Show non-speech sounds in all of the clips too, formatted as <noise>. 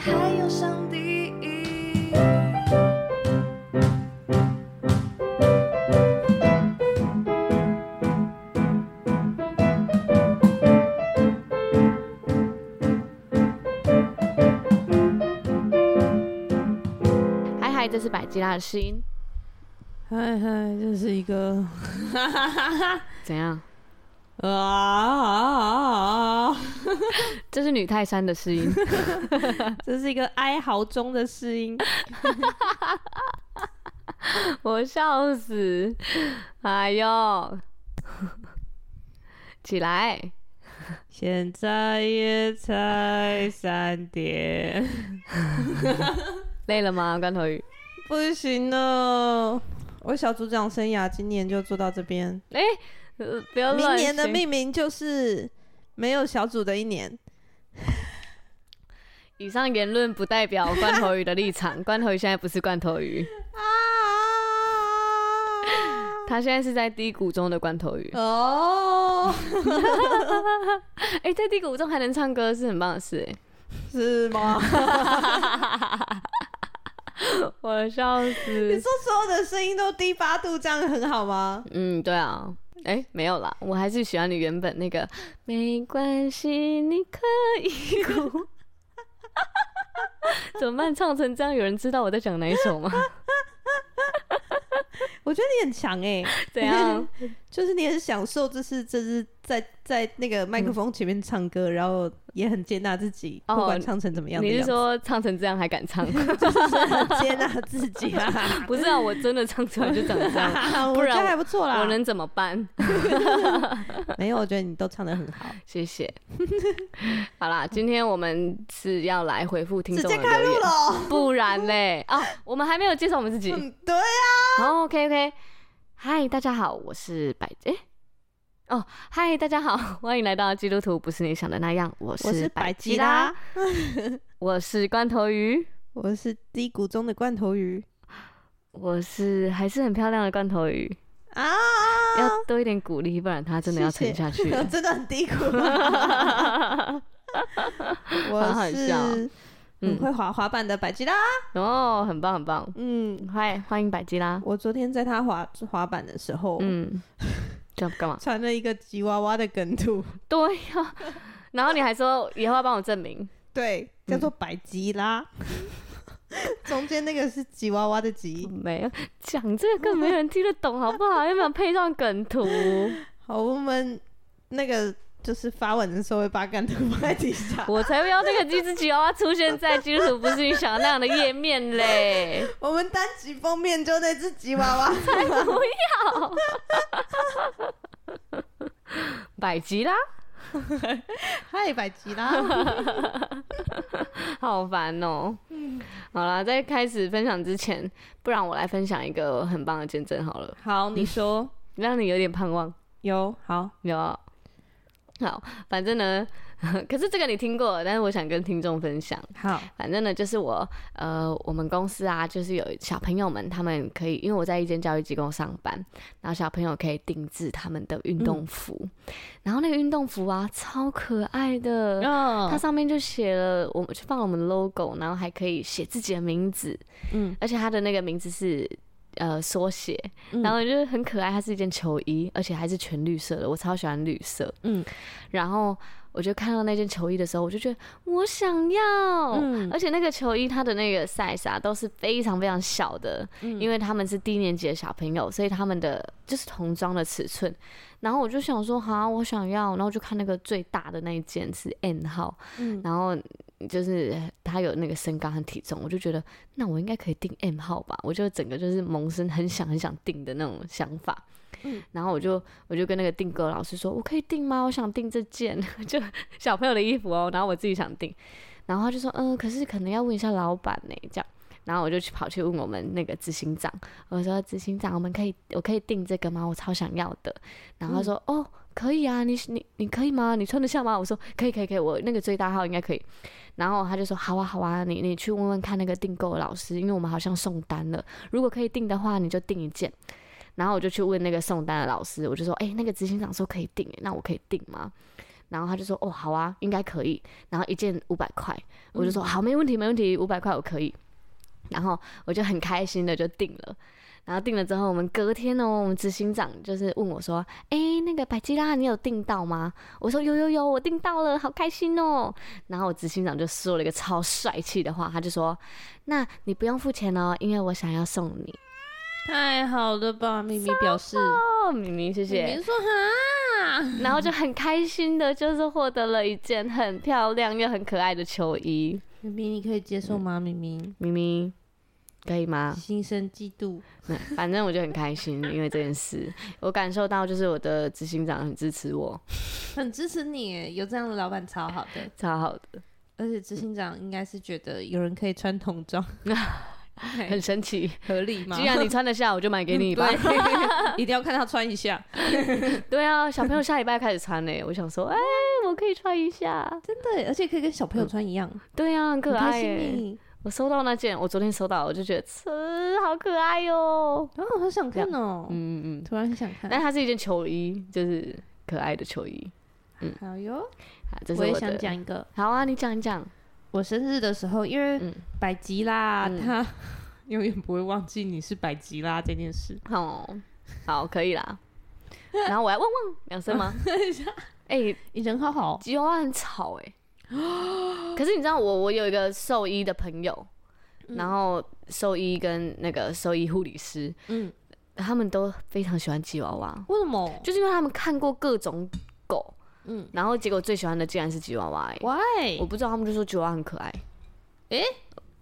还有上帝。嗨嗨，这是百吉拉的试音，嗨 <laughs> 嗨，这是一个怎样？啊，这是女泰山的试音，这是一个哀嚎中的试音。 <laughs> 我笑死！哎呦， <laughs> 起来！现在也才三点，累了吗，罐头鱼？不行了。我小组长生涯今年就做到这边，哎、呃不要明乱年的行命名就是没有小组的一年。以上言论不代 <laughs> 表罐头鱼的立场。罐头鱼现在不是罐头鱼，啊！他现在是在低谷中的罐头鱼。 <laughs> 哦，哎、在低谷中还能唱歌是很棒的事、哎是吗？ <laughs> 我笑你死。说所有的声音都低八度，这样很好吗？嗯，对啊。哎、没有啦，我还是喜欢你原本那个。没关系，你可以 <laughs> 哭。怎么办？唱成这样，有人知道我在讲哪一首吗？ <laughs> 我觉得你很强哎、怎样？就是你很享受，就是这是在在嗯那个麦克风前面唱歌，然后也很接纳自己，哦不管唱成怎么样的你是样子，说唱成这样还敢唱？ <laughs> <laughs> 就是很接纳自己啊？不是啊，我真的唱出来就长这 <laughs> 样，不我然觉得还不错啦。我能怎么办？ <laughs> 没有，我觉得你都唱的很好。谢谢。 <laughs> 好啦，今天我们是要来回复听直众接的开留录言，了，不然嘞啊，我们还没有介绍我们 <laughs> 自己。嗯，对啊，好，OK OK，嗨，大家好，我是百诶，哦，嗨，大家好， <laughs> 欢迎来到基督徒不是你想的那样，我我是百百吉吉拉拉，，我是罐头鱼，我是低谷中的罐头鱼我是还是很漂亮的罐头鱼，啊，要多一点鼓励，不然它真的要沉下去了。 <laughs> 真的很 <laughs> 低谷。好好我笑是很嗯会滑滑板的百吉拉，哦，很棒很棒，嗯，嗨，欢迎百吉拉，我昨天在他滑滑板的时候， <laughs> 嗯，这样干嘛？传了一个吉娃娃的梗图，对呀、然后你还说以后要帮我证明，对，叫做百吉拉， <laughs> 中间那个是吉娃娃的吉，没有讲这个更没人听得懂，好不好？要不要配上梗图？好，我们那个就是发文的时候会把梗图 <laughs> 放在底下， <laughs> 我才不要那个机子吉娃娃哦出现在基督徒不是你想的那样的页面嘞！我们单集封面就那只吉娃 <laughs> 娃，百吉啦，嗨，百吉 <laughs> 拉，好烦哦、好啦，在开始分享之前，不然我来分享一个很棒的见证好了，好，你 <laughs> 说让你有点盼望。有好，有啊，好，反正呢， <laughs> 可是这个你听过了，但是我想跟听众分享。好，反正呢，就是我呃，我们公司啊，就是有小朋友们，他们可以，因为我在一间教育机构上班，然后小朋友可以定制他们的运动服，然后那个运动服啊，超可爱的。它嗯上面就写了，我们就放了我们的 logo，然后还可以写自己的名字，嗯而且它的那个名字是呃缩写，嗯然后就是很可爱，它是一件球衣，而且还是全绿色的，我超喜欢绿色。嗯然后我就看到那件球衣的时候，我就觉得我想要，嗯而且那个球衣它的那个 size 啊都是非常非常小的，嗯因为他们是低年级的小朋友，所以他们的就是童装的尺寸。然后我就想说，好，我想要，然后就看那个最大的那一件是 N 号，嗯然后就是他有那个身高和体重，我就觉得那我应该可以定 M 号吧，我就整个就是萌生很想很想定的那种想法。嗯然后我就我就跟那个订购老师说，我可以订吗？我想订这件， <laughs> 就小朋友的衣服哦。然后我自己想订，然后他就说，嗯，可是可能要问一下老板呢，这样。然后我就去跑去问我们那个执行长，我说执行长，我们可以我可以订这个吗？我超想要的。然后他说，哦，可以啊，你你你可以吗？你穿得下吗？我说可以可以可以，我那个最大号应该可以。然后他就说好啊好啊，你你去问问看那个订购的老师，因为我们好像送单了，如果可以订的话，你就订一件。然后我就去问那个送单的老师，我就说，哎、那个执行长说可以订，那我可以订吗？然后他就说哦好啊，应该可以。然后一件五百块，我就说好，没问题，没问题，五百块我可以。然后我就很开心的就定了。然后定了之后，我们隔天哦，我们执行长就是问我说：“诶，那个百吉拉，你有订到吗？”我说：“有有有，我订到了，好开心哦。”然后我执行长就说了一个超帅气的话，他就说：“那你不用付钱哦，因为我想要送你。太好了吧？秘密表示，”哦，明明谢谢。明明说哈，然后就很开心的，就是获得了一件很漂亮又很可爱的球衣。明明你可以接受吗？明明咪咪，可以吗？ <laughs> 心生嫉妒，那反正我就很开心，因为这件事，我感受到就是我的执行长很支持我，很支持你耶，有这样的老板超好的。超好的，而且执行长应该是觉得有人可以穿童 <laughs> 装，很神奇。合理吗？既然 <laughs> 你穿得下，我就买给你吧。对一定要看他穿一下， <laughs> 对啊，小朋友下礼拜开始穿呢、我想说，哎、我可以穿一下。真的，而且可以跟小朋友穿一样，对啊，很可很爱开耶、心耶。我收到那件，我昨天收到，我就觉得，呲，好可爱哟、啊，好想看哦，嗯嗯嗯，突然想看。但它是一件球衣，就是可爱的球衣。好哟，啊，这是嗯我也的想讲一个，好啊，你讲一讲。我生日的时候，因为嗯百吉拉、嗯他 <laughs> 永远不会忘记你是百吉拉这件事。哦，好，可以啦。然后我要汪汪两声 <laughs> 吗？哎、你人好好，哦吉娃娃很吵哎、可是你知道我，我有一个兽医的朋友，然后兽医跟那个兽医护理师，嗯，他们都非常喜欢吉娃娃，为什么就是因为他们看过各种狗，嗯然后结果最喜欢的竟然是吉娃娃、欸。 ？Why？我不知道，他们就说吉娃娃很可爱。诶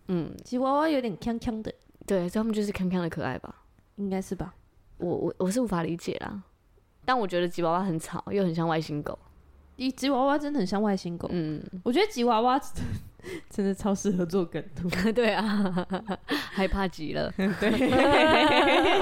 嗯，吉娃娃有点锵锵的，对，所以他们就是康康的可爱吧。应该是吧？我我我是无法理解啦。但我觉得吉娃娃很吵，又很像外星狗。咦，吉娃娃真的很像外星狗，嗯，我觉得吉娃娃真的超适合做梗 <laughs> 图。对啊，害怕极了。对，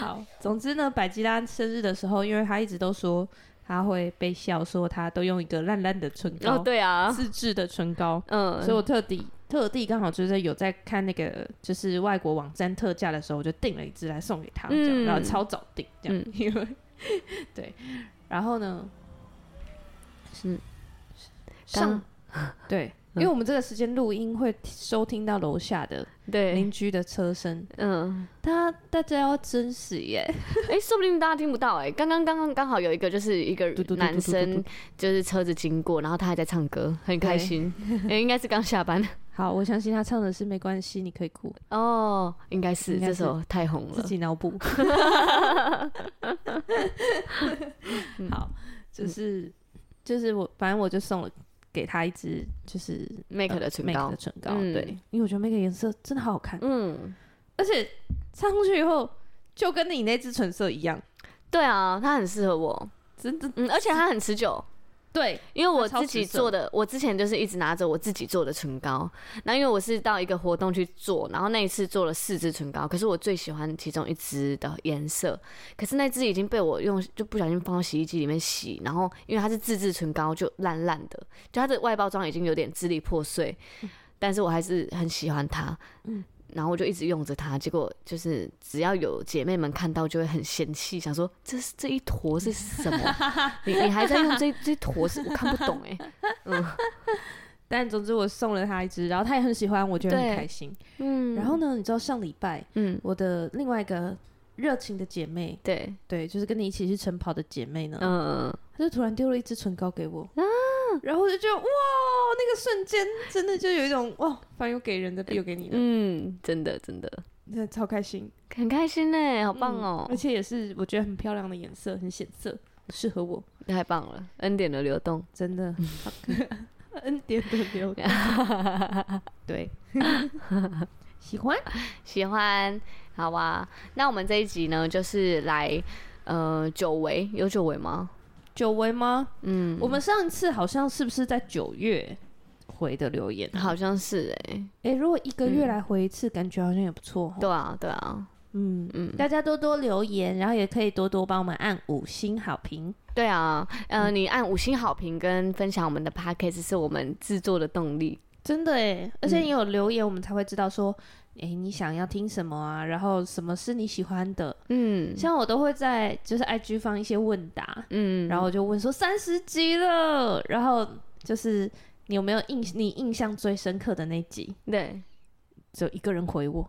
好，总之呢，百吉拉生日的时候，因为他一直都说他会被笑，说他都用一个烂烂的唇膏，哦，对啊，自制的唇膏，嗯，所以我特地特地刚好就是有在看那个就是外国网站特价的时候，我就订了一支来送给他，这嗯样，然后超早订这样，嗯因为 <laughs> 对，然后呢，嗯上对，因为嗯我们这个时间录音会收听到楼下的对，邻居的车声，嗯，大家大家要珍惜耶，哎，说不定大家听不到哎，刚刚刚刚刚好有一个就是一个嘟嘟嘟嘟嘟嘟男生就是车子经过，然后他还在唱歌，很开 <laughs> 心，诶应该是刚下班好，我相信他唱的是没关系，你可以哭，哦，应该是应该这是首太红自了，己脑补。嗯好，就是就是我，反正我就送了给他一支，就是呃 Make 的唇 Make 膏的，唇膏，嗯对，因为我觉得 Make 的颜色真的好好看，嗯，而且擦上去以后就跟你那支唇色一样，对啊，它很适合我，真的嗯，而且它很持久，对，因为我它超自己持色做的，我之前就是一直拿着我自己做的唇膏。那因为我是到一个活动去做，然后那一次做了四支唇膏，可是我最喜欢其中一支的颜色，可是那支已经被我用就不小心放到洗衣机里面洗，然后因为它是自制唇膏，就烂烂的，就它的外包装已经有点支离破碎，但是我还是很喜欢它。嗯然后我就一直用着它，结果就是只要有姐妹们看到就会很嫌弃，想说这是这一坨是什么？ <laughs> 你你还在用这这坨是我看不懂哎、但总之我送了他一支，然后他也很喜欢，我觉得很对开心。 <laughs> 嗯然后呢，你知道上礼拜嗯，我的另外一个热情的姐妹，对，对，就是跟你一起去晨跑的姐妹呢，嗯，他就突然丢了一支唇膏给我，啊然后我就觉得哇，那个瞬间真的就有一种哇，反正有给人的必有给你的，嗯，真的真的真的超开心，很开心哎、好好棒哦、而且也是我觉得很漂亮的颜色，很显色，很适合我， <laughs> 太棒了，恩典的流动， <laughs> 真的，嗯好 <laughs> 恩典的流动，对，喜欢，喜欢，好吧？那我们这一集呢，就是来呃久违，有久违吗？久违吗？嗯，我们上一次好像是不是在九月回的留言？好像是哎、诶，如果一个月来回一次，感觉好像也不错哦。对啊对啊，嗯嗯嗯，大家多多留言，然后也可以多多帮我们按五星好评。对啊，呃，你按五星好评跟分享我们的 p a c k a g e 是我们制作的动力。欸嗯真的哎，而且你有留言，我们才会知道说诶，你想要听什么啊？然后什么是你喜欢的？嗯像我都会在就是 IG 放一些问答，嗯，然后我就问说三十集了，然后就是你有没有印你印象最深刻的那一集？对，只有一个人回我，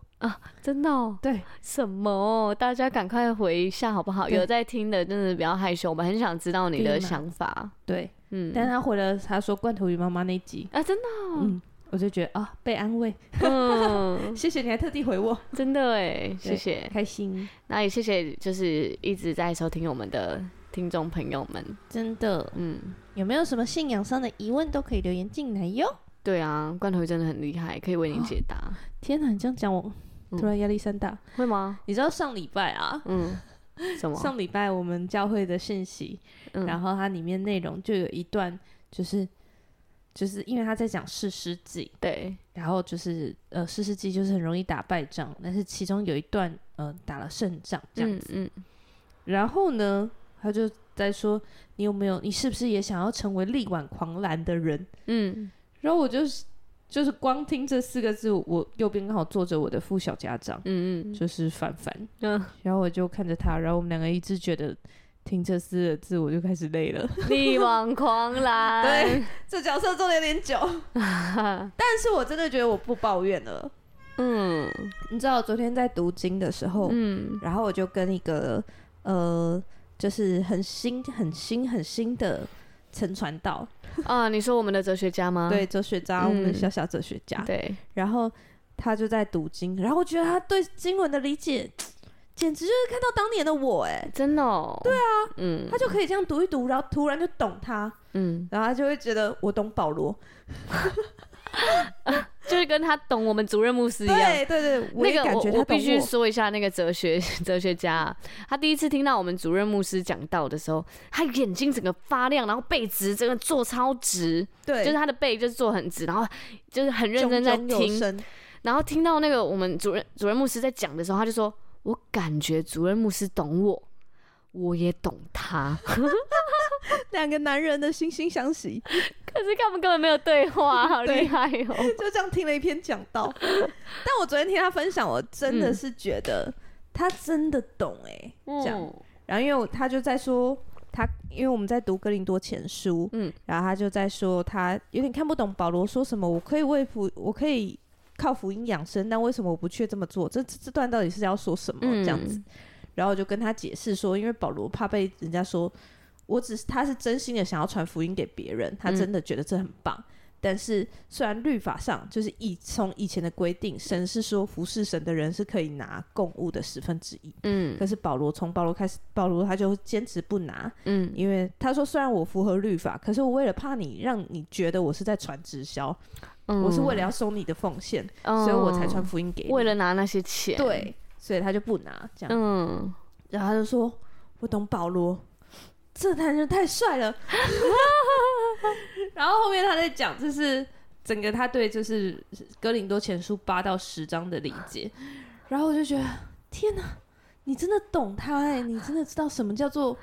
真的、哦、对，什么？哦大家赶快回一下好不好？对有在听的，真的不要害羞，我们很想知道你的立马想法。对，嗯，但他回了，他说罐头鱼妈妈那一集，啊，真的哦，嗯，我就觉得啊、被安慰，嗯， <laughs> 谢谢你还特地回我，真的哎，谢对谢。 <laughs> 开心，那也谢谢，就是一直在收听我们的听众朋友们。真的，嗯，有没有什么信仰上的疑问都可以留言进来哟。对啊，罐头鱼真的很厉害，可以为你解答，天哪，你这样讲我嗯突然压力山大。会吗？你知道上礼拜啊，嗯，什么？上礼拜我们教会的信息，嗯然后它里面内容就有一段，就是就是因为他在讲四世纪，对，然后就是呃四世纪就是很容易打败仗，但是其中有一段呃打了胜仗这样嗯子，嗯然后呢他就在说你有没有你是不是也想要成为力挽狂澜的人？嗯，然后我就是就是光听这四个字，我右边刚好坐着我的副小家长，嗯嗯就是凡凡，嗯，然后我就看着他，然后我们两个一致觉得听这四个字我就开始累 <laughs> 了。 <laughs> 力挽狂澜。嗯 <laughs> 对，这角色做的有点久，但是我真的觉得我不抱怨了。 <laughs> 嗯你知道，我昨天在读经的时候，嗯然后我就跟一个呃，就是很新、很新、很新的陈传道，啊，你说我们的哲学家吗？对哲学家，我们的嗯小小哲学家，对，然后他就在读经，然后我觉得他对经文的理解，简直就是看到当年的我哎、真的哦。对啊，嗯他就可以这样读一读，然后突然就懂他，嗯，然后他就会觉得我懂保罗，就是跟他懂我们主任牧师一样。对对对，我那也个感觉我他我懂必须说一下那个哲学 <laughs> 哲学家啊、他第一次听到我们主任牧师讲道的时候，他眼睛整个发亮，然后背直，整个坐超直，对，就是他的背就是坐很直，然后就是很认真在炯炯有听。神然后听到那个我们主任主任牧师在讲的时候，他就说：“我感觉主任牧师懂我，我也懂他。” <laughs> 两个男人的惺惺相 <laughs> 惜，可是他们根本没有对话，好厉害哦！就这样听了一篇讲 <laughs> 道。但我昨天听他分享，我真的是觉得他真的懂哎、这样然后因为我他就在说他，因为我们在读哥林多前书，嗯嗯，然后他就在说他有点看不懂保罗说什么，我可以为福，我可以靠福音养生，但为什么我不却这么做？这这这段到底是要说什么？嗯这样子，然后我就跟他解释说，因为保罗怕被人家说，我只是他是真心的想要传福音给别人，他真的觉得这很棒。但是，虽然律法上就是以从以前的规定，神是说服侍神的人是可以拿供物的十分之一，嗯可是保罗从保罗开始，保罗他就坚持不拿，嗯，因为他说虽然我符合律法，可是我为了怕你让你觉得我是在传直销，嗯我是为了要收你的奉献，嗯所以我才传福音给你。为了拿那些钱。，对，啊所以他就不拿这样，嗯，然后他就说：“我懂保罗，这男人太帅了。”然后后面他在讲，就是整个他对就是哥林多前书八到十章的理解，然后我就觉得天哪，你真的懂他哎、你真的知道什么叫做……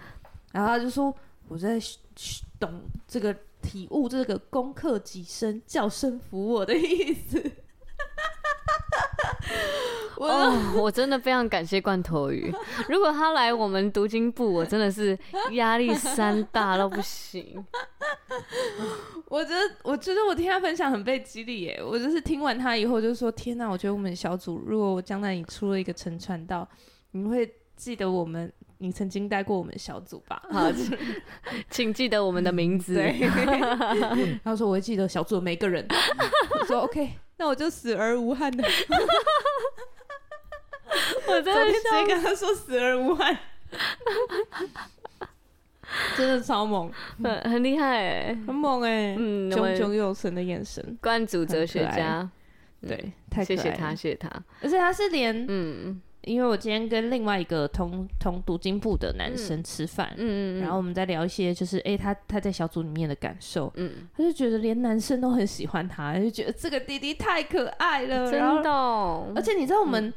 然后他就说我在学学懂这个体悟这个攻克己身，叫声服我的意思。我就哦， <laughs> 我真的非常感谢罐头鱼。如果他来我们读经部，我真的是压力山大到不 <laughs> 行。我觉得，我觉得我听他分享很被激励耶！我就是听完他以后就说：“天哪！我觉得我们小组，如果我将来你出了一个沉船道，你会记得我们，你曾经带过我们小组 <laughs> 吧？”好，请请记得我们的名字。对，然后说我会记得小组的每个 <laughs> 人。我说 OK，那我就死而无憾的。 <laughs> 我真昨天的直接跟他说死而无憾， <laughs> 真的超猛，很很厉害欸。很猛哎！嗯，我炯们炯有神的眼神，关主哲学很可家，嗯对，太可谢谢爱他，了，谢谢他。而且他是连嗯因为我今天跟另外一个同同读经部的男生吃饭，嗯嗯，然后我们在聊一些就是诶，他他在小组里面的感受，嗯，他就觉得连男生都很喜欢他，就觉得这个弟弟太可爱了，然后真的哦，而且你知道我们，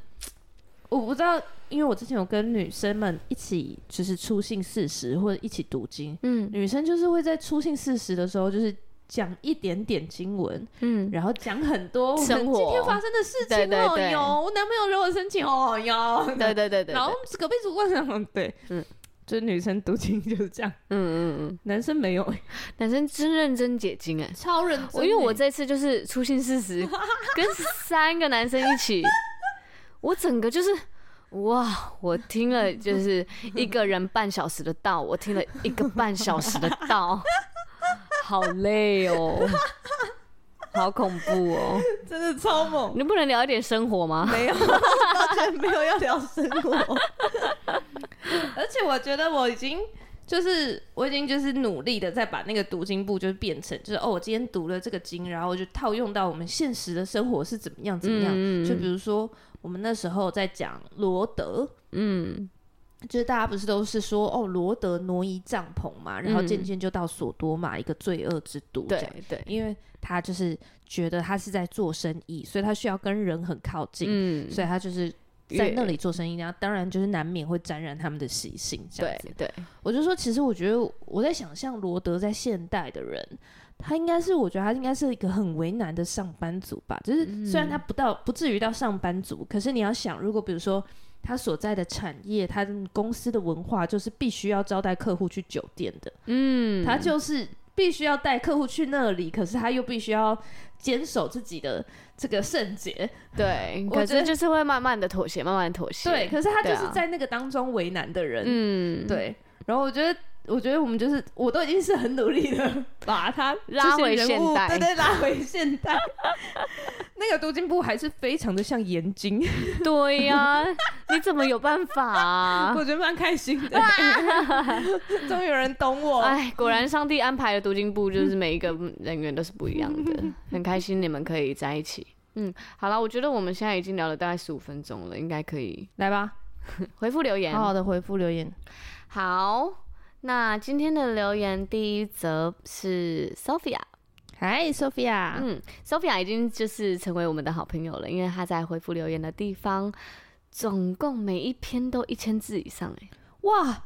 我不知道，因为我之前有跟女生们一起就是出信四十或者一起读经，嗯女生就是会在出信四十的时候就是。讲一点点经文，嗯，然后讲很多我们生今活天发生的事情对对哦对哟，我男朋友惹我生气哦哟，对对对对，然后对隔壁主管想对，嗯嗯，就是女生读经就是这样，嗯嗯男生没有，嗯，男生真认真解经哎、超认真我因为我这次就是出现事实，跟三个男生一起，我整个就是哇，我听了就是一个人半小时的道，我听了一个半小时的道，好累哦，好恐怖哦！真的超猛，你不能聊一点生活吗？ <laughs> 没有，完全没有要聊生活。 <laughs> 而且我觉得我已经就是我已经就是努力的在把那个读经簿就是变成就是哦，我今天读了这个经，然后我就套用到我们现实的生活是怎么样怎么样。嗯嗯嗯就比如说我们那时候在讲罗德。嗯就是大家不是都是说哦，罗德挪移帐篷嘛，然后渐渐就到索多玛一个罪恶之都，这样对对，因为他就是觉得他是在做生意，所以他需要跟人很靠近，嗯，所以他就是在那里做生意，然后当然就是难免会沾染他们的习性。这样对子，对，我就说，其实我觉得我在想象罗德在现代的人，他应该是我觉得他应该是一个很为难的上班族吧。嗯就是虽然他不到不至于到上班族，可是你要想，如果比如说。他所在的产业，他的公司的文化就是必须要招待客户去酒店的，嗯，他就是必须要带客户去那里，可是他又必须要坚守自己的这个圣洁，对，我可觉是得就是会慢慢的妥协，慢慢地妥协，对，可是他就对是啊在那个当中为难的人，嗯，对。然后我觉得，我觉得我们就是，我都已经是很努力 <laughs> 的把他拉回这些人现物代对对，拉回现代。 <laughs> 那个都金部还是非常的像盐津，对呀、你怎么有办法 <laughs> 啊？我觉得蛮开心的，啊 <laughs> 终于有人懂我。哎，果然上帝安排的读经部就是每一个人员都是不一样的，很开心你们可以在一起。嗯，好了，我觉得我们现在已经聊了大概十五分钟了，应该可以 <laughs> 来吧，回复留言。好好的回复留言。好，那今天的留言第一则是 Sophia，嗨，Sophia，嗯，Sophia 已经就是成为我们的好朋友了，因为她在回复留言的地方，总共每一篇都一千字以上、欸，哇，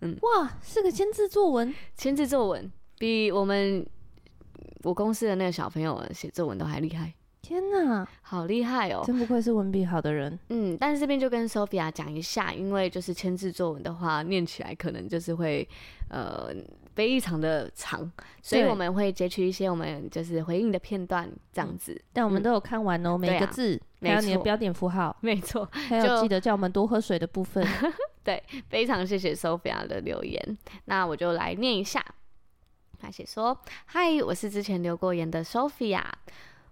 嗯哇，是个监制作文，签字作文比我们我公司的那个小朋友写作文都还厉害，天哪，好厉害哦！真不愧是文笔好的人。嗯，但是这边就跟 Sophia 讲一下，因为就是签字作文的话，念起来可能就是会呃非常的长，所以对我们会截取一些我们就是回应的片段这样子。但我们都有看完哦，每一对个啊字，没还有你的错标点符号，没错， <laughs> 还有就记得叫我们多喝水的部 <laughs> 分。非常谢谢 Sophia 的留言，那我就来念一下。他写说：“嗨，我是之前留过言的 Sophia。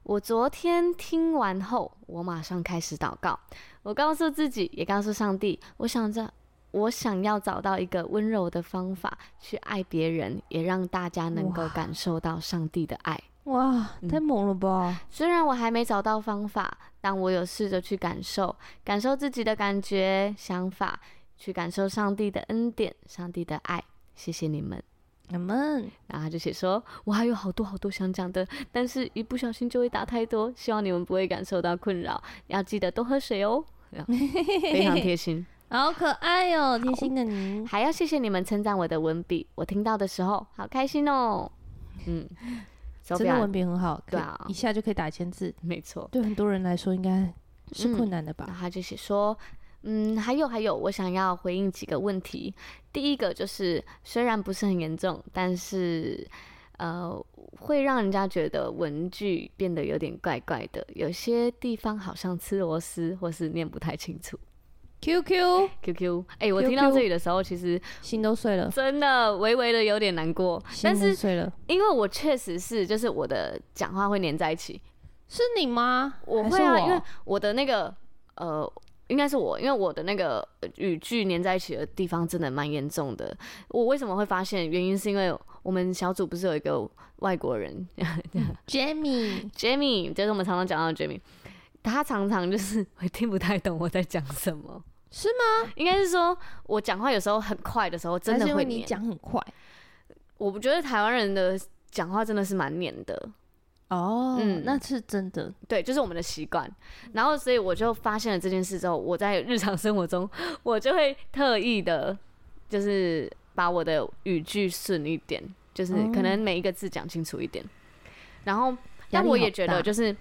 我昨天听完后，我马上开始祷告。我告诉自己，也告诉上帝，我想着我想要找到一个温柔的方法去爱别人，也让大家能够哇感受到上帝的爱。哇，嗯太猛了吧！虽然我还没找到方法，但我有试着去感受，感受自己的感觉、想法，去感受上帝的恩典、上帝的爱。谢谢你们。我们然后他就写说，我还有好多好多想讲的，但是一不小心就会打太多，希望你们不会感受到困扰，要记得多喝水 <laughs> 哦。非常贴心，好可爱哦，贴心的你。还要谢谢你们称赞我的文笔，我听到的时候好开心哦。 <laughs> 嗯，手真的表文笔很好，可对以啊一下就可以打一千字，没错。对很多人来说应该是困难的然吧？后他就写说，嗯，还有还有，我想要回应几个问题。第一个就是，虽然不是很严重，但是呃，会让人家觉得文具变得有点怪怪的，有些地方好像吃螺丝，或是念不太清楚。 Q Q Q Q，哎、我听到 QQ 这里的时候，其实心都碎了，真的微微的有点难过，心但都是碎了，因为我确实是，就是我的讲话会粘在一起，是你吗？我还会是啊，我因为我的那个呃，应该是我，因为我的那个呃语句粘在一起的地方真的蛮严重的。我为什么会发现？原因是因为我们小组不是有一个外国人 <laughs> Jamie， Jamie，就是我 <laughs> 们常常讲到的 Jamie。他常常就是 <laughs> 会听不太懂我在讲什么，是吗？应该是说我讲话有时候很快的时候，真还是的因会为你黏。讲很快我不觉得台湾人的讲话真的是蛮黏的，哦嗯，那是真的。对，就是我们的习惯。然后，所以我就发现了这件事之后，我在日常生活中，我就会特意的，就是把我的语句顺一点，就是哦可能每一个字讲清楚一点。然后，压但力我也好觉大得就是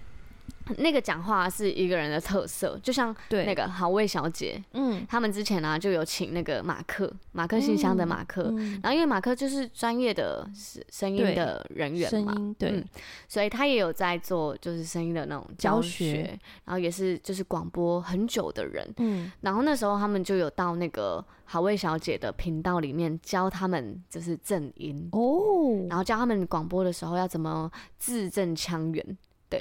那个讲话是一个人的特色，就像对，那个好味小姐，嗯，他们之前呢、啊就有请那个马克，马克信箱的马克，嗯然后因为马克就是专业的声声音对的人员声嘛，音对嗯，所以他也有在做就是声音的那种教教学学，然后也是就是广播很久的人。嗯，然后那时候他们就有到那个好味小姐的频道里面教他们就是正音，哦，然后教他们广播的时候要怎么字正腔圆。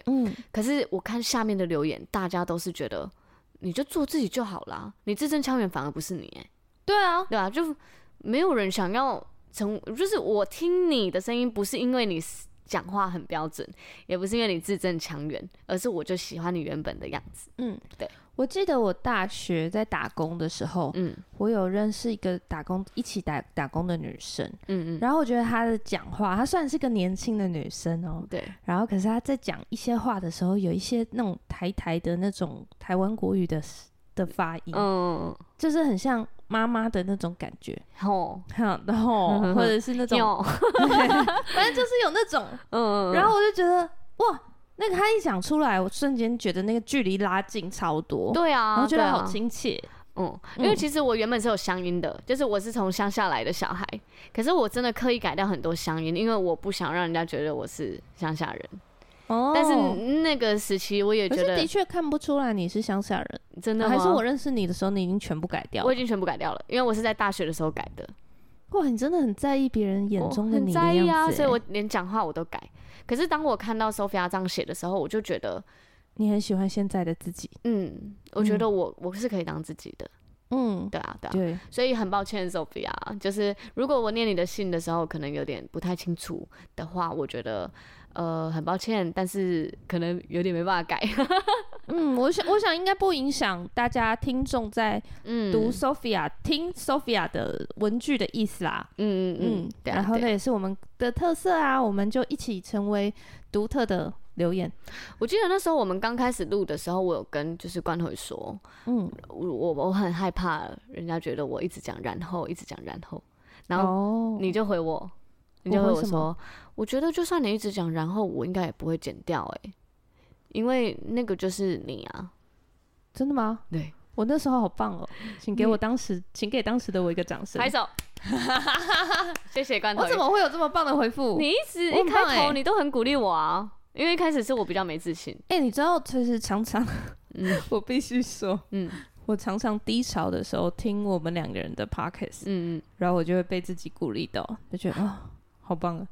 嗯，可是我看下面的留言，大家都是觉得你就做自己就好啦，你字正腔圆反而不是你、欸，对啊，对吧、就没有人想要成，就是我听你的声音，不是因为你讲话很标准，也不是因为你字正腔圆，而是我就喜欢你原本的样子。嗯，对。我记得我大学在打工的时候，嗯我有认识一个打工一起打打工的女生，嗯嗯，然后我觉得她的讲话，她虽然是个年轻的女生哦、嗯对，然后可是她在讲一些话的时候，有一些那种台台的那种台湾国语的的发音，嗯，就是很像妈妈的那种感觉，吼哈，然 <laughs> 后或者是那种，有， <laughs> 反正就是有那种，嗯，然后我就觉得哇，那个她一讲出来，我瞬间觉得那个距离拉近超多，对啊，然后觉对得啊好亲切，嗯，因为嗯其实我原本是有乡音的，就是我是从乡下来的小孩，可是我真的刻意改掉很多乡音，因为我不想让人家觉得我是乡下人。哦但是那个时期我也可觉是得的确看不出来你是乡下人，真的吗还是我认识你的时候你已经全部改掉我了已。经全部改掉了，因为我是在大学的时候改的，哇，你真的很在意别人眼我中的很你的在样意子、啊，所以我欸连讲话我都改。可是当我看到 Sophia 这样写的时候，我就觉得，你很喜欢现在的自己。嗯，我觉嗯得我、我是可以当自己的，嗯，对啊，对啊。对，所以很抱歉，Sophia，就是如果我念你的信的时候可能有点不太清楚的话，我觉得呃很抱歉，但是可能有点没办法 <laughs> 改。嗯，我想我想应该不影响大家听众在嗯，读 Sophia、听 Sophia 的文具的意思啦。嗯嗯嗯，对啊、然后对那也是我们的特色啊，我们就一起成为独特的留言。我记得那时候我们刚开始录的时候，我有跟就是关头说，嗯，我我我很害怕人家觉得我一直讲然后一直讲然后，然后后你就回我，你就回回哦我什么说，我觉得就算你一直讲然后，我应该也不会剪掉哎、因为那个就是你啊，真的吗？对。我那时候好棒哦，请给我当时，请给当时的我一个掌声拍。手， <laughs> 谢谢罐头。我怎么会有这么棒的回复？你一直我一很棒开头欸你都很鼓励我啊？因为一开始是我比较没自信，哎、你知道，其实常常，嗯 <laughs> 我必须说，嗯我常常低潮的时候听我们两个人的 podcast，、嗯 <laughs> 嗯，然后我就会被自己鼓励到，就觉得啊、好 <laughs> 棒啊，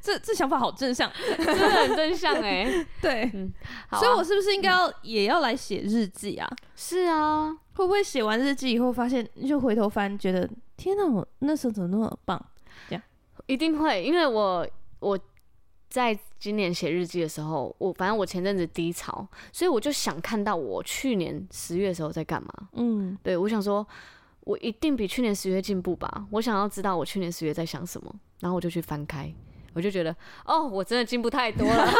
这这想法好正向，真的很正向哎、对， <laughs> 好啊所以我是不是应该要、也要来写日记啊？是啊，会不会写完日记以后，发现就回头翻，觉得天哪，我那时候怎么那么棒？一定会，因为我我在今年写日记的时候，我反正我前阵子低潮，所以我就想看到我去年十月的时候在干嘛。嗯，对我想说，我一定比去年十月进步吧。我想要知道我去年十月在想什么，然后我就去翻开，我就觉得，哦，我真的进步太多 <laughs> 了，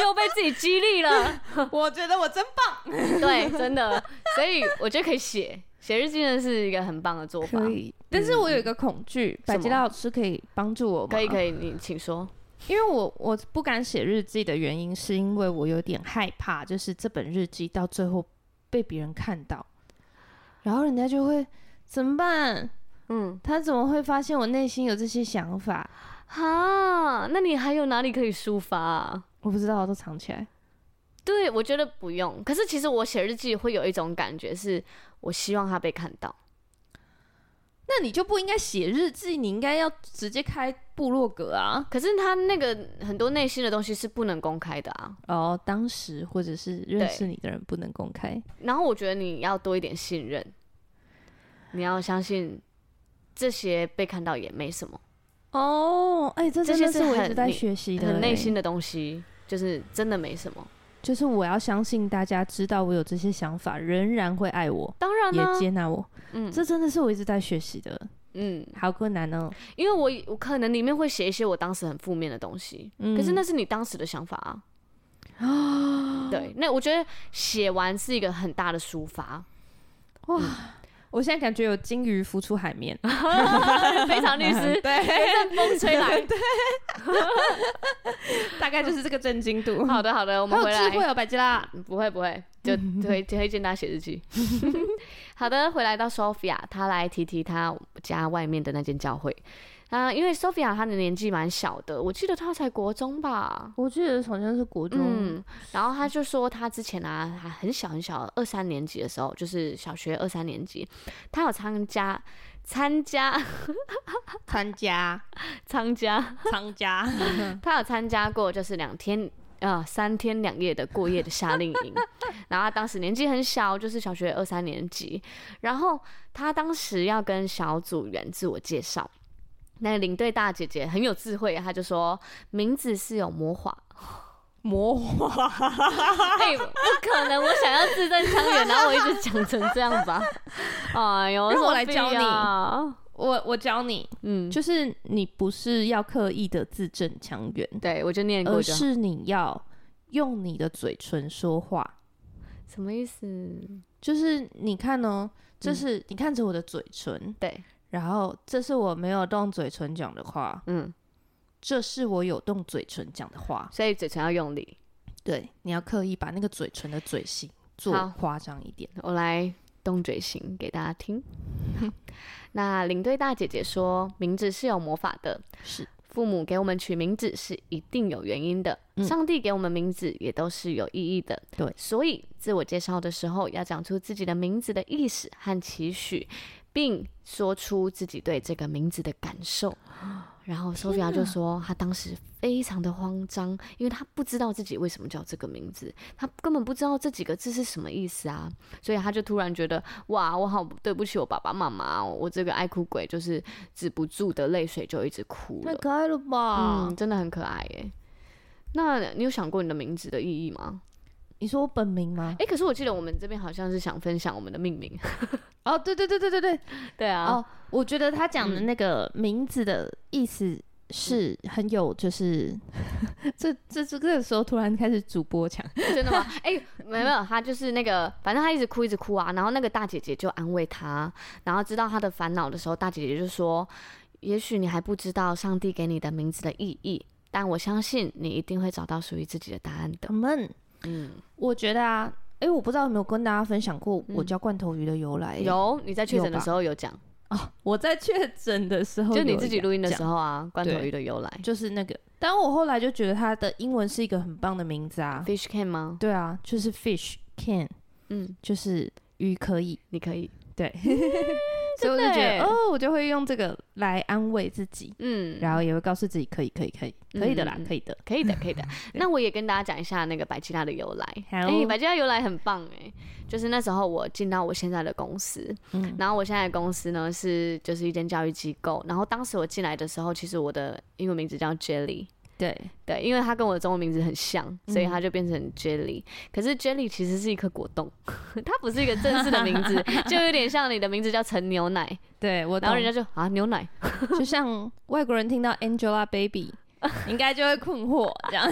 又被自己激励了。我觉得我真棒， <laughs> 对，真的，所以我觉得可以写写日记，真的是一个很棒的做法。可以。但是我有一个恐惧，百吉什么拉老师可以帮助我吗？可以，可以，你请说。因为我我不敢写日记的原因，是因为我有点害怕，就是这本日记到最后被别人看到，然后人家就会怎么办？嗯，他怎么会发现我内心有这些想法？哈，那你还有哪里可以抒发、啊？我不知道，我都藏起来。对，我觉得不用。可是其实我写日记会有一种感觉，是我希望它被看到。那你就不应该写日记，你应该要直接开部落格啊。可是他那个很多内心的东西是不能公开的啊。哦，当时或者是认识你的人不能公开。然后我觉得你要多一点信任，你要相信这些被看到也没什么，哦，哎、这真的这是些是我一直很在内学习的、很内哎心的东西就是真的没什么。就是我要相信大家知道我有这些想法，仍然会爱我，当然啊呢、也接纳我。嗯这真的是我一直在学习的，嗯，好困难哦。因为我我可能里面会写一些我当时很负面的东西，嗯可是那是你当时的想法啊。 <laughs> 对，那我觉得写完是一个很大的抒发。哇，我现在感觉有金鱼浮出海面，非啊常律师， <laughs> 对阵风吹来。大概就是这个震惊度。好的，好的，我们 <laughs> 好回有来智。慧哦，百吉拉。嗯不会不会，就 <laughs> 推推荐大家写日记。 <laughs> 好的，回来到 Sophia，她来提提她家外面的那间教会。啊、因为 Sophia 她的年纪蛮小的，我记得她才国中吧。我记得好像是国中，嗯，然后她就说，她之前啊，还很小很小，二三年级的时候，就是小学二三年级，她有参加参加参加参加，参加，嗯她有参加过，就是两天呃三天两夜的过夜的夏令营。然后她当时年纪很小，就是小学二三年级。然后她当时要跟小组员自我介绍，那个领队大姐姐很有智慧，她就说名字是有魔法。魔 <laughs> 化，哎、不可能！我想要字正腔圆，然后我一直讲成这样 <laughs> 吧。哎呦，让我何来必教你啊我我教你，嗯，就是你不是要刻意的字正腔圆，对我就念过而就好。呃是你要用你的嘴唇说话。什么意思？就是你看哦，这是、你看着我的嘴唇，对，然后这是我没有动嘴唇讲的话，嗯，这是我有动嘴唇讲的话。所以嘴唇要用力。对，你要刻意把那个嘴唇的嘴型做好夸张一点。我来动嘴型给大家听。 <laughs> 那领队大姐姐说，名字是有魔法的，是，父母给我们取名字是一定有原因的，嗯上帝给我们名字也都是有意义的。对所以自我介绍的时候要讲出自己的名字的意思和期许，并说出自己对这个名字的感 <gasps> 受。然后 Sophia 就说，她当时非常的慌张，因为她不知道自己为什么叫这个名字，她根本不知道这几个字是什么意思啊，所以她就突然觉得，哇，我好对不起我爸爸妈妈哦，我这个爱哭鬼就是止不住的泪水就一直哭了。可爱了吧嗯，真的很可爱耶。那你有想过你的名字的意义吗？你说我本名吗？哎、可是我记得我们这边好像是想分享我们的命名。哦，对对对对对对。 <laughs> 对啊哦，我觉得他讲的那个名字的意思是很有，就是、 <laughs> 这这这个时候突然开始主播讲，真的吗？哎、没有没有，他就是那个，反正他一直哭一直哭啊。然后那个大姐姐就安慰他，然后知道他的烦恼的时候，大姐姐就说：“也许你还不知道上帝给你的名字的意义，但我相信你一定会找到属于自己的答案的。我们嗯” <laughs> 我觉得啊，哎、我不知道有没有跟大家分享过我叫罐头鱼的由来、哎有哦你在确诊的时候有讲，哦，我在确诊的时候，就你自己录音的时候，候啊，罐头对鱼的由来就是那个。但我后来就觉得它的英文是一个很棒的名字啊， ，fish can 吗？对啊，就是 fish can，嗯，就是鱼可以，你可以，对，所以我就觉真的耶得哦，我就会用这个来安慰自己。嗯，然后也会告诉自己可以，可以，可以，可以的啦嗯嗯，可以的。可以的， <laughs> 可以的。那我也跟大家讲一下那个百吉拉的由来。嗯好哎、百吉拉由来很棒哎、就是那时候我进到我现在的公司，嗯然后我现在的公司呢是就是一间教育机构。然后当时我进来的时候，其实我的英文名字叫 Jelly，对，对，因为它跟我的中文名字很像，所以嗯它就变成 Jelly、可是 Jelly 其实是一颗果冻， <laughs> 它不是一个正式的名 <laughs> 字，就有点像你的名字叫陈牛奶，对我然懂后。人家就啊牛奶，就像外国人听到 <laughs> Angelababy，应该就会困惑这样。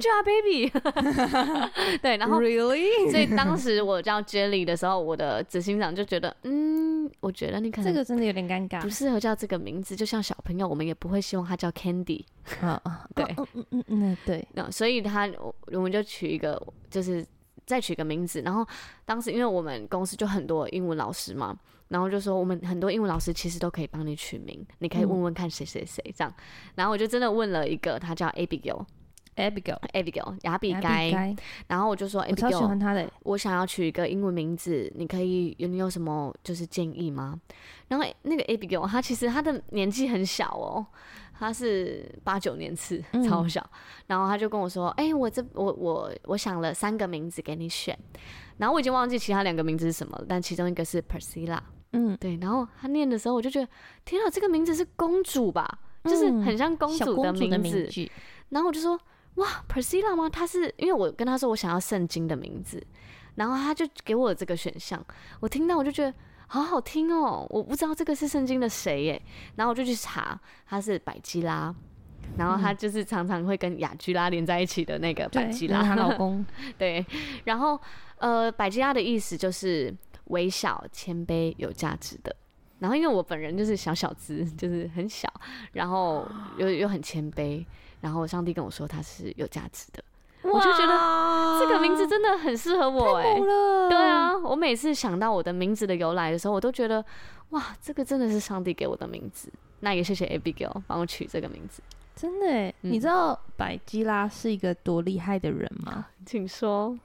Angelababy，对，然后 Really？所以当时我叫 Jelly 的时候，我的执行长就觉得，嗯，我觉得你可这能个真的有点尴不尬。适合叫这个名字，就像小朋友，我们也不会希望他叫 Candy。啊啊，对嗯嗯嗯嗯，嗯对，那所以他我我们就取一个，就是再取一个名字。然后当时因为我们公司就很多英文老师嘛，然后就说我们很多英文老师其实都可以帮你取名，你嗯可以问问看谁谁谁这样。然后我就真的问了一个，他叫 Abigail，Abigail Abigail，雅比该，该。然后我就说我超喜 Abigail，欢他的。我想要取一个英文名字，你可以有你有什么就是建议吗？然后那个 Abigail，她其实她的年纪很小哦，她是八九年次，嗯超小。然后她就跟我说：“哎、我这我我我想了三个名字给你选，然后我已经忘记其他两个名字是什么了，但其中一个是 Priscilla，嗯，对。然后她念的时候，我就觉得天啊，这个名字是公主吧？就是嗯很像公小主的公主名的字，名句，然后我就说哇，Priscilla 吗？她是因为我跟她说我想要圣经的名字，然后她就给我这个选项，我听到我就觉得好好听哦，我不知道这个是圣经的谁耶，然后我就去查，她是百基拉。然后她就是常常会跟雅居拉连在一起的那个 <laughs> 对百，基 <laughs> 然后拉，她老公，对，然后呃，百基拉的意思就是微小、谦卑、有价值的。然后因为我本人就是小小资，就是很小，然后啊又又很谦卑，然后上帝跟我说他是有价值的，我就觉得这个名字真的很适合我哎、够啊了，对，啊，我每次想到我的名字的由来的时候，我都觉得哇，这个真的是上帝给我的名字。那也谢谢 Abigail 帮我取这个名字，真的哎，嗯你知道百基拉是一个多厉害的人吗？请说。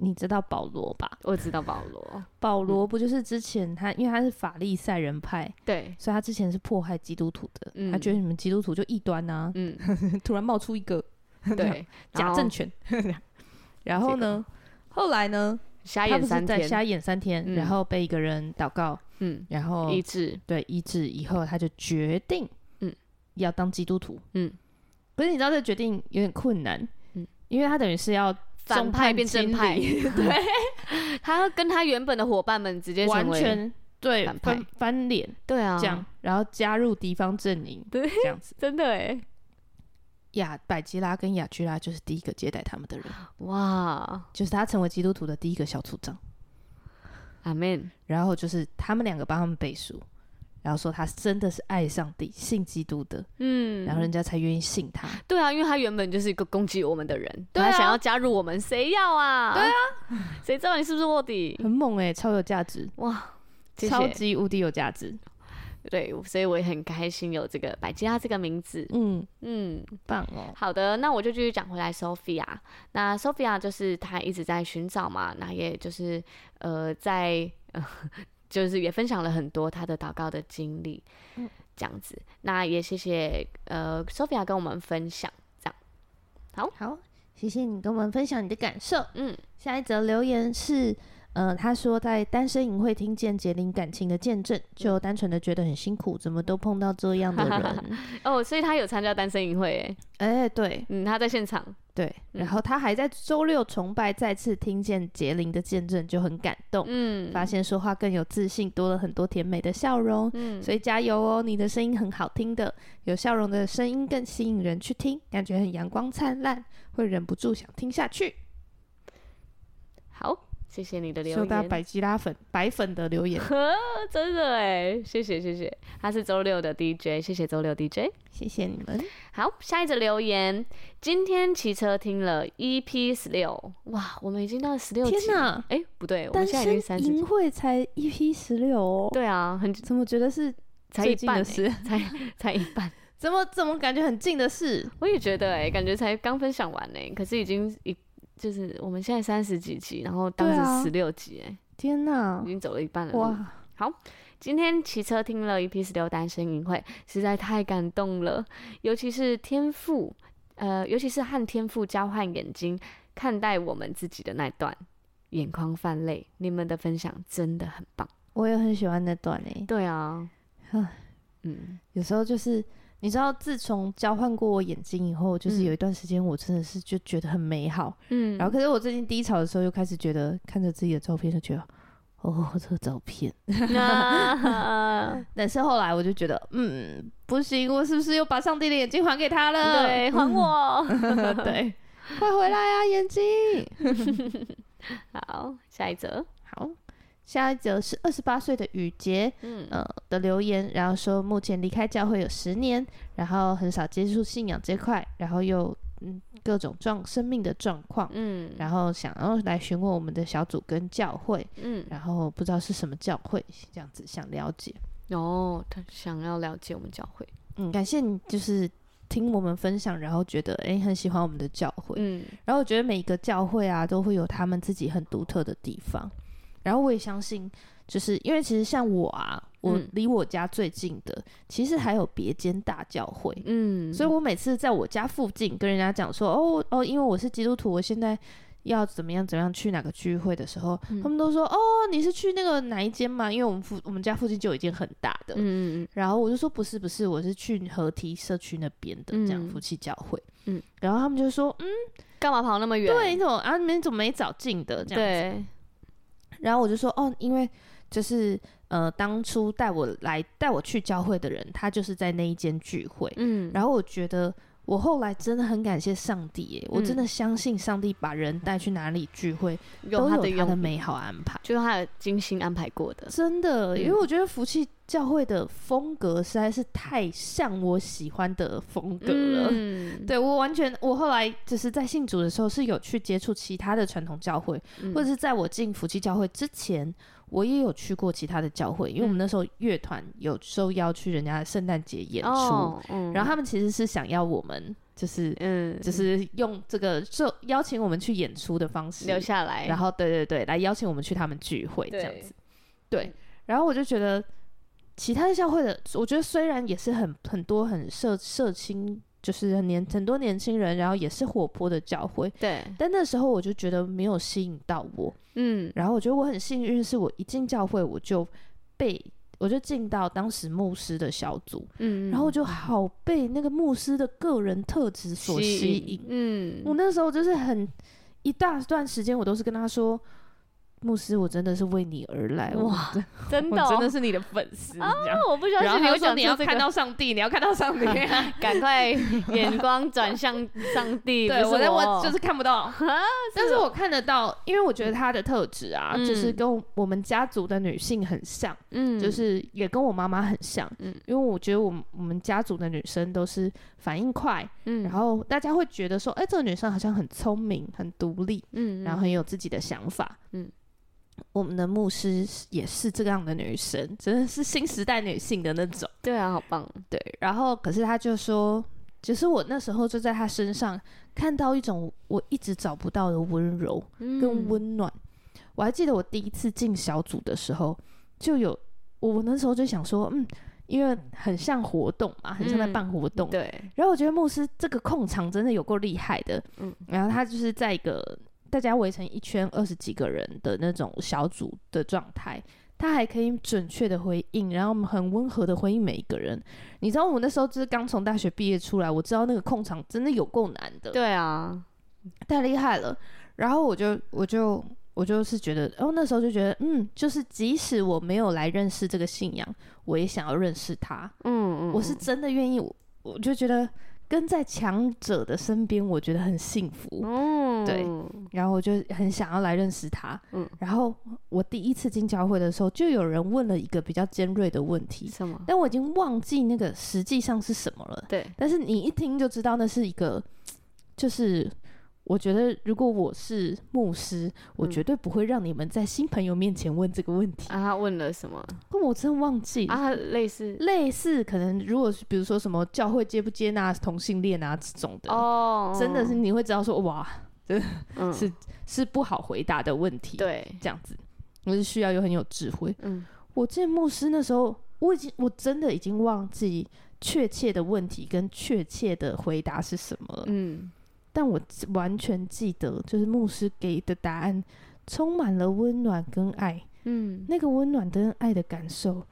你知道保罗吧？我知道保罗，保罗嗯不就是之前他，因为他是法利赛人派，对，所以他之前是迫害基督徒的。嗯他觉得你们基督徒就异端 <laughs> 呐、嗯，突然冒出一个对， <laughs> 假 <laughs> 政权。然后呢，后来呢，瞎他眼不是三在天，瞎眼三天，嗯然后被一个人祷告，嗯，然后一致，对医治以后，他就决定嗯要当基督徒。嗯，可是你知道这个决定有点困难，嗯因为他等于是要反众派叛变正亲派，离对， <laughs> 他要跟他原本的伙伴们直接成完为全对反派翻翻脸。对啊，这样，然后加入敌方阵营，对这样子。真的哎，雅百基拉跟雅居拉就是第一个接待他们 <gasps> 的人，哇，就是他成为基督徒的第一个小组长。阿 man，然后就是他们两个帮他们背书，然后说他真的是爱上帝、信基督的，嗯，然后人家才愿意信他。对啊，因为他原本就是一个攻击我们的人，对啊他想要加入我们，谁要啊？对啊，谁知道你是不是卧底？很猛哎、超有价值，哇，谢谢超级无敌有价值。对，所以我也很开心有这个百吉拉这个名字。嗯，嗯，棒哦。好的，那我就继续讲回来 Sophia。那 Sophia 就是她一直在寻找嘛，那也就是呃在 <laughs> 呃就是也分享了很多她的祷告的经历，这样子。那也谢谢呃 Sophia 跟我们分享。好，谢谢你跟我们分享你的感受。嗯，下一则留言是，呃，他说在单身营会听见杰林感情的见证，就单纯的觉得很辛苦，怎么都碰到这样的人。 <laughs> 哦，所以她有参加单身营会诶，哎、对嗯，她在现场。对，嗯然后他还在周六崇拜再次听见杰林的见证，就很感动，嗯，发现说话更有自信，多了很多甜美的笑容。嗯，所以加油哦！你的声音很好听的，有笑容的声音更吸引人去听，感觉很阳光灿烂，会忍不住想听下去。好，谢谢你的留收到言，百吉拉粉白粉的留言，真的哎，谢谢谢谢，他是周六的 DJ，谢谢周六 DJ。谢谢你们。好，下一则留言，今天骑车听了 EP 十六，哇，我们已经到十六集，天哪，哪！哎、不对，我单们现在已经身三十淫，会才 EP 十六哦，对啊，很怎么觉得是才最一近半、的欸，事？才 <laughs> 才一半，怎么怎么感觉很近的事？我也觉得哎、感觉才刚分享完呢、欸可是已经一。就是我们现在三十几集，然后当对啊时十六集、哎、天哪已！经走了一半了。哇，今天骑车听了一 p 十六单身营会，实在太感动了，尤其是天赋，呃，尤其是和天赋交换眼睛看待我们自己的那段，眼眶泛泪。你们的分享真的很棒。我也很喜欢那段诶、对啊唉，嗯，有时候就是你知道，自从交换过我眼睛以后，就是嗯有一段时间我真的是就觉得很美好。嗯然后可是我最近低潮的时候，又开始觉得看着自己的照片就觉得，哦，这个照片。 <laughs> 那但是后来我就觉得，嗯，不行，我是不是又把上帝的眼睛还给他 <laughs> 了？对，还我。 <laughs> 对，快回来啊，眼睛。好，下一则，好，下一则是二十八岁的雨杰，嗯呃的留言，然后说目前离开教会有十年，然后很少接触信仰这块，然后又嗯各种状生命的状况，嗯然后想要来询问我们的小组跟教会，嗯，然后不知道是什么教会，这样子想了解。哦，他想要了解我们教会，嗯，感谢你就是听我们分享，然后觉得诶很喜欢我们的教会，嗯然后我觉得每一个教会啊，都会有他们自己很独特的地方。然后我也相信，就是因为其实像我啊，我嗯离我家最近的，其实还有别间大教会。嗯，所以我每次在我家附近跟人家讲说，哦哦，因为我是基督徒，我现在要怎么样怎么样去哪个聚会的时候，嗯他们都说，哦，你是去那个哪一间嘛？因为我们附我们家附近就有一间很大的，嗯嗯然后我就说不是不是，我是去合体社区那边的这样嗯夫妻教会，嗯然后他们就说，嗯。嗯，干嘛跑那么远？对，你怎么啊？你们怎么没找进的这样子？对，然后我就说，哦，因为就是呃，当初带我来带我去教会的人，他就是在那一间聚会。嗯，然后我觉得我后来真的很感谢上帝耶，我真的相信上帝把人带去哪里聚会，都用他的有他用的意，美好安排。就是他有精心安排过的。真的，嗯因为我觉得福气教会的风格实在是太像我喜欢的风格了。嗯， <laughs> 对我完全，我后来就是在信主的时候是有去接触其他的传统教会，嗯或者是在我进福气教会之前，我也有去过其他的教会，因为嗯我们那时候乐团有受邀去人家的圣诞节演出，哦，嗯然后他们其实是想要我们就是嗯，就是用这个受邀请我们去演出的方式留下来，然后对对对，来邀请我们去他们聚会这对样子。对，然后我就觉得其他的教会的，我觉得虽然也是很很多很社社青，就是很年很多年轻人，然后也是活泼的教会，对，但那时候我就觉得没有吸引到我。嗯然后我觉得我很幸运，是我一进教会我就被。我就进到当时牧师的小组，嗯，然后我就好被那个牧师的个人特质所吸引，嗯，我那时候就是很一大段时间，我都是跟他说：“牧师，我真的是为你而来，我哇真我的哦， <laughs> 哦真的是你的粉丝。这样那我不相然后信他有就说：“讲你要出这看个，到上帝，你要看到上帝。 <laughs> 赶快眼光转向上帝，对，不我是在我我就是看 <laughs> 不到，但是我看得到，因为我觉得他的特质啊，嗯就是跟我们家族的女性很像，嗯，就是也跟我妈妈很像。嗯因为我觉得我们我们家族的女生都是反应快，嗯，然后大家会觉得说，哎、这个女生好像很聪明、很独立，嗯，然后很有自己的想法。嗯，我们的牧师是也是这样的女生，真的是新时代女性的那种。对啊，好棒，对，然后可是她就说，其实我那时候就在她身上看到一种我一直找不到的温柔跟嗯温暖。我还记得我第一次进小组的时候，就有我那时候就想说，嗯，因为很像活动嘛，很像在嗯办活动，对，然后我觉得牧师这个控场真的有够厉害的，嗯然后他就是在一个大家围成一圈二十几个人的那种小组的状态，他还可以准确的回应，然后我们很温和的回应每一个人。你知道我那时候就是刚从大学毕业出来，我知道那个控场真的有够难的，对啊，太厉害了。然后我就我就我就是觉得，哦，那时候就觉得，嗯，就是即使我没有来认识这个信仰，我也想要认识他。嗯嗯，我是真的愿意，我我就觉得跟在强者的身边，我觉得很幸福，嗯，对然后我就很想要来认识他。嗯然后我第一次进教会的时候，就有人问了一个比较尖锐的问题，什么？但我已经忘记那个实际上是什么了。对，但是你一听就知道那是一个，就是我觉得如果我是牧师，我嗯绝对不会让你们在新朋友面前问这个问题。啊，他问了什么？但我真的忘记了。啊，类似类似可能如果是比如说什么教会接不接纳同性恋啊这种的，哦，真的是你会知道说哇嗯是是不好回答的问题，，对，这样子，我是需要有很有智慧。嗯我见牧师那时候，我已经我真的已经忘记确切的问题跟确切的回答是什么了，嗯，但我完全记得就是牧师给的答案充满了温暖跟爱，嗯，那个温暖跟爱的感受，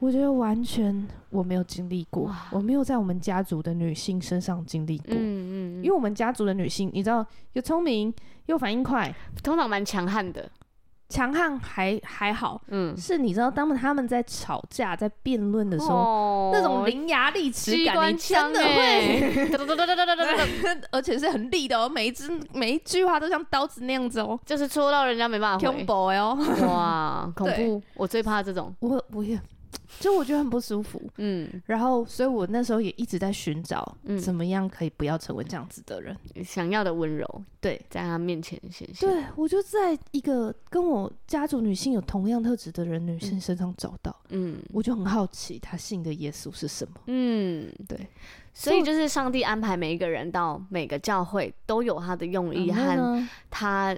我觉得完全我没有经历过哇，我没有在我们家族的女性身上经历过。嗯嗯，因为我们家族的女性，你知道，又聪明又反应快，通常蛮强悍的，强悍还还好，嗯，是你知道，当他们在吵架、在辩论的时候，哦那种伶牙俐齿机感，你关真枪的 <laughs> 会，<laughs> 欸，哒哒哒哒哒哒 <laughs> 哒哒，而且是很利的哦，每一只每一句话都像刀子那样子哦，就是戳到人家没办法回恐，怖哦。 <laughs> 哇，恐对怖，我最怕这种， <laughs> 我我也，就我觉得很不舒服。嗯，然后，所以我那时候也一直在寻找，嗯怎么样可以不要成为这样子的人。想要的温柔对，在他面前显现，对我就在一个跟我家族女性有同样特质的人女性身上找到，嗯我就很好奇她信的耶稣是什么。嗯，对，所以就是上帝安排每一个人到每个教会都有他的用意然后和呢他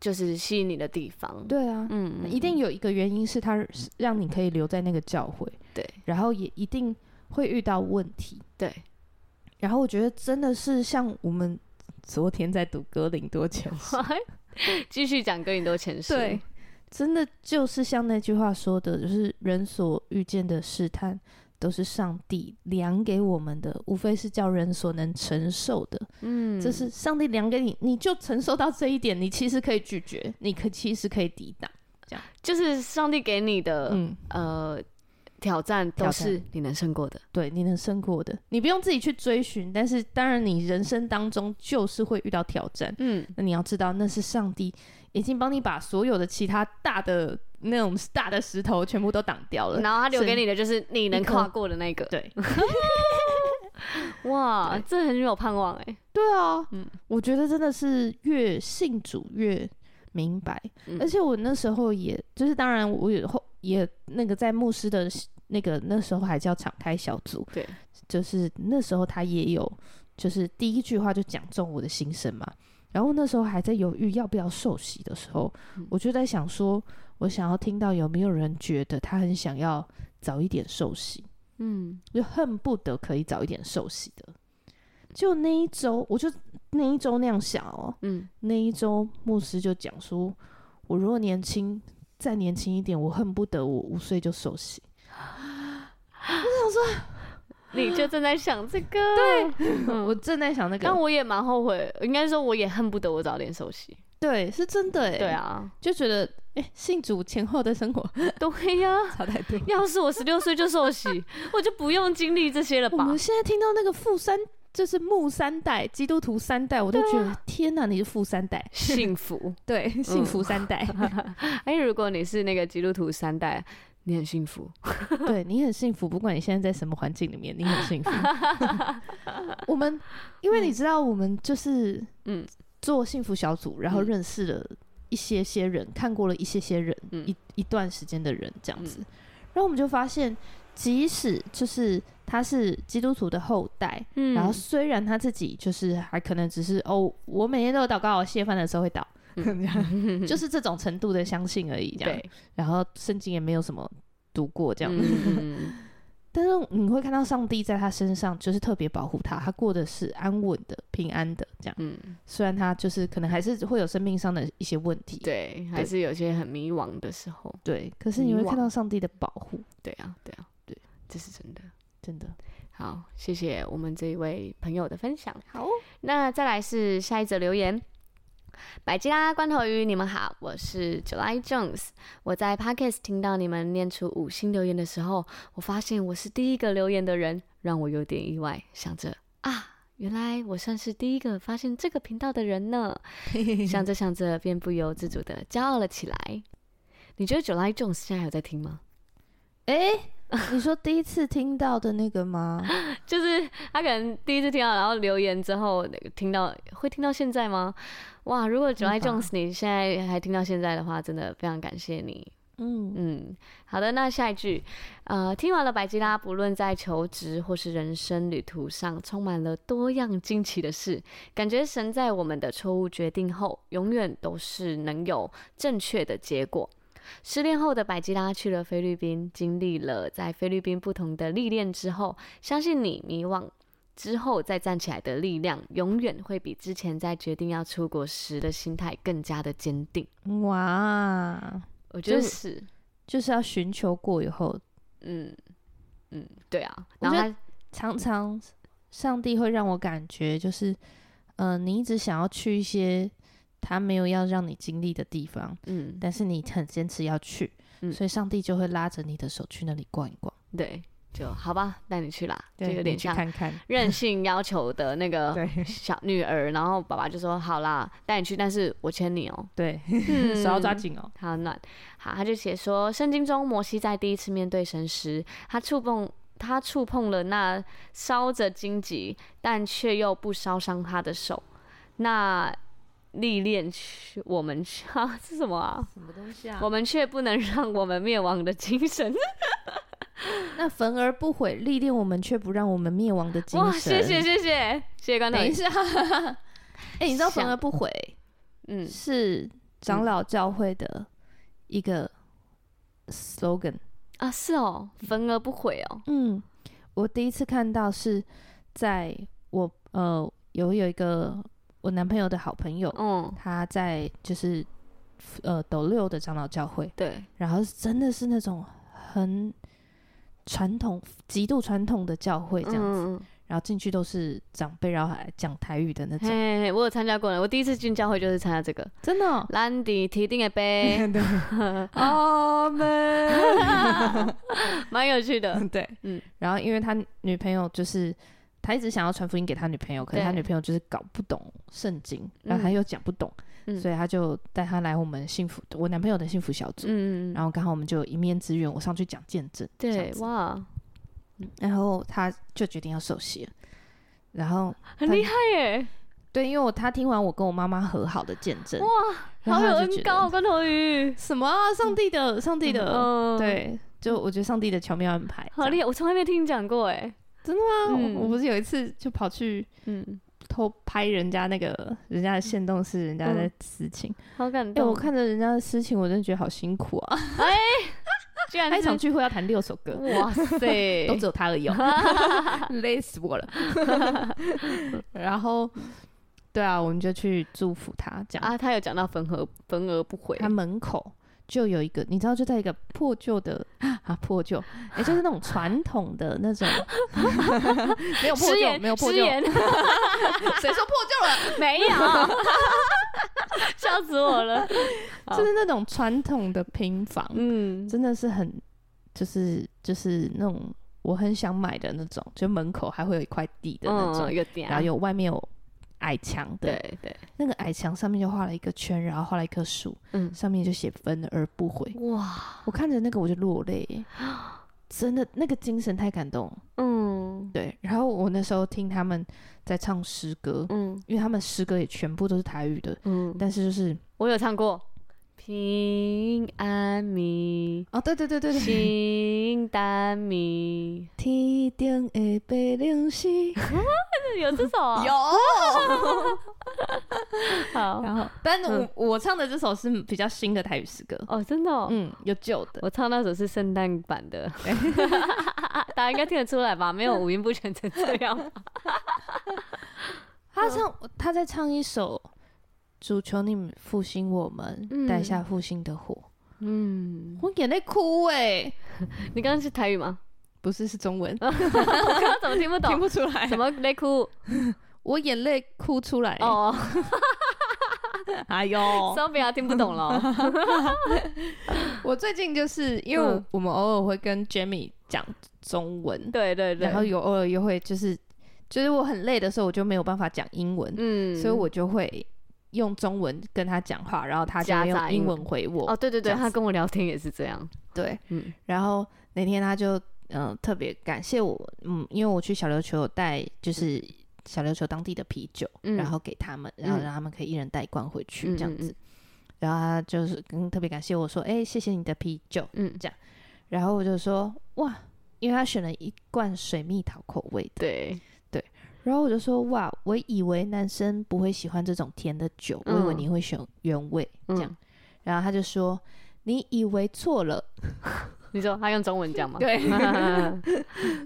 就是吸引你的地方，对啊，嗯，嗯，一定有一个原因是他让你可以留在那个教会，对，然后也一定会遇到问题。对， <laughs> 然后我觉得真的是像我们昨天在读哥林多前书，继续讲哥林多前世，对，真的就是像那句话说的，就是人所遇见的试探，都是上帝量给我们的，无非是叫人所能承受的。嗯，这是上帝量给你，你就承受到这一点，你其实可以拒绝，你可其实可以抵挡。呃就是上帝给你的，嗯，呃，挑战都挑战是你能胜过的。对，你能胜过的，你不用自己去追寻，但是当然你人生当中就是会遇到挑战，嗯，那你要知道那是上帝已经帮你把所有的其他大的那种大的石头全部都挡掉了。然后他留是给你的就是你能一颗跨过的那个。对，哇，这很有盼望哎、对啊，嗯我觉得真的是越信主越明白，嗯而且我那时候也就是，当然我也后也那个在牧师的那个那时候还叫敞开小组，对，就是那时候他也有，就是第一句话就讲中我的心声嘛。然后那时候还在犹豫要不要受洗的时候，嗯我就在想说，我想要听到有没有人觉得他很想要早一点受洗，嗯，就恨不得可以早一点受洗的。就那一周，我就那一周那样想哦。嗯，那一周牧师就讲说，我如果年轻再年轻一点，我恨不得我五岁就受洗。你就正在想这个， <laughs> 我正在想那 <laughs> 但个，我也蛮后悔，应该说我也恨不得我早点休息。对，是真的哎。对，啊，就觉得哎、信主前后的 <laughs> 生活对呀、差太多。要是我十六岁就受洗，我就不用经历这些了我吧？们现在听到那个富三，就是木三代、基督徒三代，我都觉得、天哪，你是富三代， <laughs> 幸 <laughs> 福。啊对， <laughs> 嗯幸福三代，哎，如果你是那个基督徒三代，你很幸福。 <laughs> 对你很幸福，不管你现在在什么环境里面，你很幸福。我们因为你知道，我们就是嗯嗯做幸福小组，然后嗯认识了一些些人，看过了一些些人，嗯一一段时间的人这样子，然后我们就发现，即使就是他是基督徒的后代，嗯然后虽然他自己就是还可能只是哦，我每天都有祷告，谢饭的时候会祷， <laughs> <laughs> 就是这种程度的相信而已，这嗯样。对，然后圣经也没有什么读过这样，嗯但是你会看到上帝在他身上就是特别保护他，他过的是安稳的、平安的这样。嗯，虽然他就是可能还是会有生命上的一些问题，对，还是有些很迷惘的时候。对，可是你会迷惘看到上帝的保护，对啊，对啊，对，这是真的。真的好，谢谢我们这一位朋友的分享。好。那再来是下一则留言。百吉拉罐头鱼，你们好，我是 July Jones。我在 Podcast 听到你们念出五星留言的时候，我发现我是第一个留言的人，让我有点意外。想着啊，原来我算是第一个发现这个频道的人呢。想着想着，便不由自主的骄傲了起来。你觉得 July Jones 现在还有在听吗？哎、你说第一次听到的那个吗？就是他可能第一次听到，然后留言之后那个听到会听到现在吗？哇，如果 July 会吧 Jones 你现在还听到现在的话，真的非常感谢你。嗯，嗯，好的，那下一句，呃，听完了百吉拉，不论在求职或是人生旅途上，充满了多样惊奇的事，感觉神在我们的错误决定后，永远都是能有正确的结果。失恋后的百吉拉去了菲律宾，经历了在菲律宾不同的历练之后，相信你迷惘之后再站起来的力量，永远会比之前在决定要出国时的心态更加的坚定。哇，我觉得，就是就是要寻求过以后，嗯，嗯，对啊，我然后觉他常常上帝会让我感觉就是，呃，你一直想要去一些他没有要让你经历的地方，嗯，但是你很坚持要去，嗯所以上帝就会拉着你的手去那里逛一逛，对，就好吧，带你去啦，就对有你点去像看 <laughs> 看。任性要求的那个对小女儿，然后爸爸就说好啦，带你去，但是我牵你哦、对， <laughs> 嗯手要抓紧哦。好暖，好，他就写说，圣经中摩西在第一次面对神时，他触碰他触碰了那烧着荆棘，但却又不烧伤他的手。那历练去我们去啊，这是什么啊？什么东西啊我们却不能让我们灭亡的精神。那焚而不毁，历练我们却不让我们灭亡的精神。哇，谢谢谢谢谢谢关头等一下， <laughs> 哎、你知道焚想而不毁嗯，是长老教会的一个 slogan。啊，是哦，焚而不毁哦，嗯，我第一次看到是在我呃有有一个我男朋友的好朋友，嗯，他在就是呃斗六的长老教会，对，然后真的是那种很传统、极度传统的教会这样子。嗯，嗯嗯嗯然后进去都是长辈，然后还讲台语的那嘿种，嘿，嘿我有参加过呢。我第一次进教会就是参加这个真的哦、兰迪提定的杯，对，哦阿门。蛮有趣的。对， <laughs> 嗯嗯。然后，因为他女朋友就是他一直想要传福音给他女朋友，可是他对女朋友就是搞不懂圣经，然后他嗯又讲不懂，嗯所以他就带他来我们幸福我男朋友的幸福小组。嗯，然后刚好我们就有一面之缘，我上去讲见证，这样对，子哇，然后他就决定要受洗了，然后很厉害耶，对，因为我他听完我跟我妈妈和好的见证，哇好有恩高，关头鱼，什么啊？上帝的，上帝的，嗯，对，就我觉得上帝的巧妙安排，好这厉样害，我从来没听你讲过哎，真的吗？嗯哦我我不是有一次就跑去嗯，偷拍人家那个人家的线动是人家在私情，好感哎、动。我看着人家的私情，我真的觉得好辛苦啊！居然 <laughs> 他一是场聚会要弹六首歌，哇塞， <laughs> 都只有他而已、哦，累死 <laughs> 我了。然后，对啊，我们就去祝福他，这样。啊，他有讲到焚而焚而不悔，他门口就有一个，你知道，就在一个破旧的 <gasps> 啊，破旧，哎、就是那种传统的那种， <laughs> 没哦 <laughs> 有破失旧，言没有破失旧， <laughs> 言谁说破旧了？没有， <laughs> 笑死我 <laughs> 了。 <laughs> 好就是那种传统的平房，嗯，真的是很，就是就是那种我很想买的那种，就门口还会有一块地的那种，嗯有点啊，然后有外面有矮墙的，对对，那个矮墙上面就画了一个圈，然后画了一棵树，嗯，上面就写“分而不悔”。哇，我看着那个我就落泪 <gasps> 耶，真的那个精神太感动了。嗯对，然后我那时候听他们在唱诗歌，嗯因为他们诗歌也全部都是台语的，嗯，但是就是我有唱过。平安米，哦，对对对对对， <laughs> 心丹米，天顶的白灵 <laughs> 犀有这首啊？好然后， <laughs> 但是我、嗯我唱的这首是比较新的台语诗歌，哦，真的哦，嗯，有旧的，我唱那首是圣诞版的， <laughs> 大家应该听得出来吧？没有五音不全成这样吧。他唱他在唱一首“主求你们复兴我们，嗯带下复兴的火嗯”，，我眼泪哭哎、你刚刚是台语吗？不是是中文，我刚啊刚怎么听不听懂？ <laughs> 不出来什，么雷哭？我眼泪哭出来、哦，哎呦， s o p h i a 听不懂了 <laughs> 哦。我最近就是因为嗯我们偶尔会跟 Jamie 讲中文，对对对，然后有偶尔又会就是就是我很累的时候，我就没有办法讲英文，嗯，所以我就会用中文跟他讲话，然后他就夹会杂用英英文文回我。哦，对对这对，样子他跟我聊天也是这样。对，嗯然后那天他就嗯、呃特别感谢我，嗯，因为我去小琉球有带就是小琉球当地的啤酒，嗯然后给他们，然后嗯让他们可以一人带一罐回去这样子。嗯嗯嗯然后他就是嗯特别感谢我说，哎、谢谢你的啤酒。嗯，然后我就说哇，因为他选了一罐水蜜桃口味的，对，然后我就说哇，我以为男生不会喜欢这种甜的酒，我以为嗯你会选原味这样。嗯然后他就说你以为错了，你说他用中文讲吗？ <laughs> 对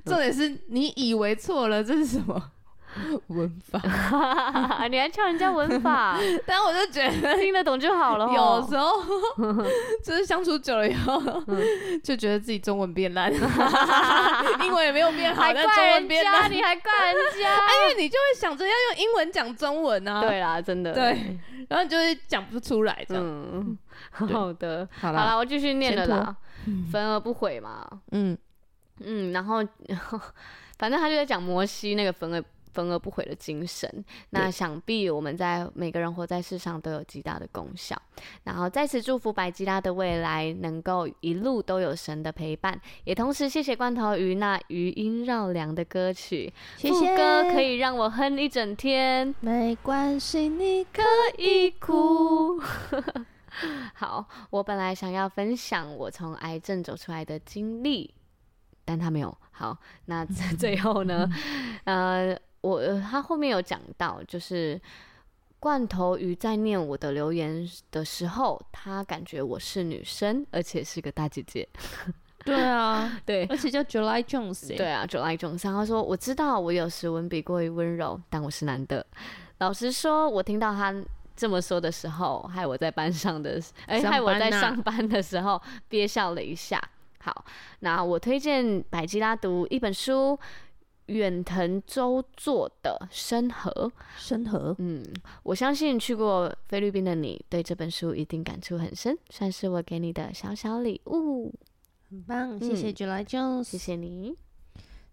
重点是你以为错了，这是什么 <laughs> 文法？ <laughs> 你还呛人家文 <laughs> 法， <laughs> 但我就觉得。听得懂就好了。有时，候 <laughs> 就是相处久了以后，就觉得自己中文变 <laughs> 烂，英文也没有变 <laughs> 好，还但中怪文人变家，烂，你还怪人 <laughs> 家。因为你就会想着要用英文讲中文啊，哎对啦，真的。对，然后你就会讲不出来这样。嗯， <laughs> 好的，好好啦，，我继续念了先啦，焚而不悔嘛。嗯，嗯，然后 <laughs> 反正他就在讲摩西那个焚而焚而不悔的精神。那对想必我们在每个人活在世上都有极大的功效。然后再次祝福白吉拉的未来能够一路都有神的陪伴，也同时谢谢罐头鱼那余音绕梁的歌曲，谢副谢。歌可以让我哼一整天。没关系，你可一哭。 <laughs> 好，我本来想要分享我从癌症走出来的经历，但他没有。好，那最 <laughs> 最后呢？呃，我呃他后面有讲到，就是罐头鱼在念我的留言的时候，他感觉我是女生，而且是个大姐姐。对 <laughs> 啊，对，而且叫 July Jones，欸对，啊，九来中三。他说：“我知道我有时文笔过于温柔，但我是男的。 <laughs> 老实说，我听到他这么说的时候，害我在班上的， <laughs> 哎、上害我班在呐上班的时候 <laughs> 憋笑了一下。好，那我推荐百吉拉读一本书。远藤周作的《生河》。深河嗯，我相信去过菲律宾的你对这本书一定感触很深，算是我给你的小小礼物，很棒，谢谢嗯 July Jones。谢谢你。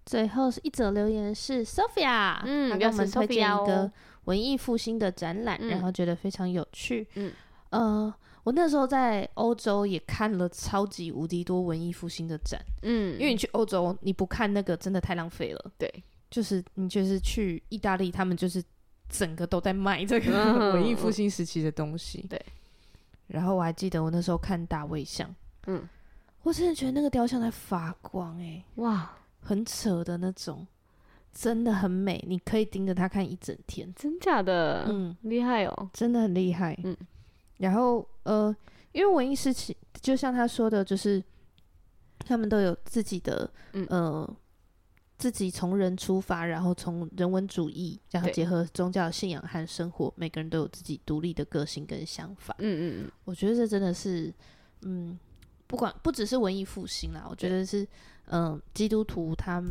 最后是一则留言是 Sophia，嗯她给我们又是推荐 Sophia 一个哦文艺复兴的展览，嗯然后觉得非常有趣。嗯，呃，我那时候在欧洲也看了超级无敌多文艺复兴的展，嗯，因为你去欧洲你不看那个真的太浪费了。对，就是你就是去意大利，他们就是整个都在卖这个嗯 <laughs> 文艺复兴时期的东西。对，然后我还记得我那时候看大卫像，嗯，我真的觉得那个雕像在发光哎、哇，很扯的那种，真的很美，你可以盯着它看一整天。真假的，嗯，厉害哦。真的很厉害。嗯，然后呃，因为文艺时期，就像他说的，就是他们都有自己的、嗯呃，自己从人出发，然后从人文主义，然后对结合宗教信仰和生活，每个人都有自己独立的个性跟想法。嗯嗯我觉得这真的是，嗯，不管不只是文艺复兴啦，我觉得是，嗯，基督徒他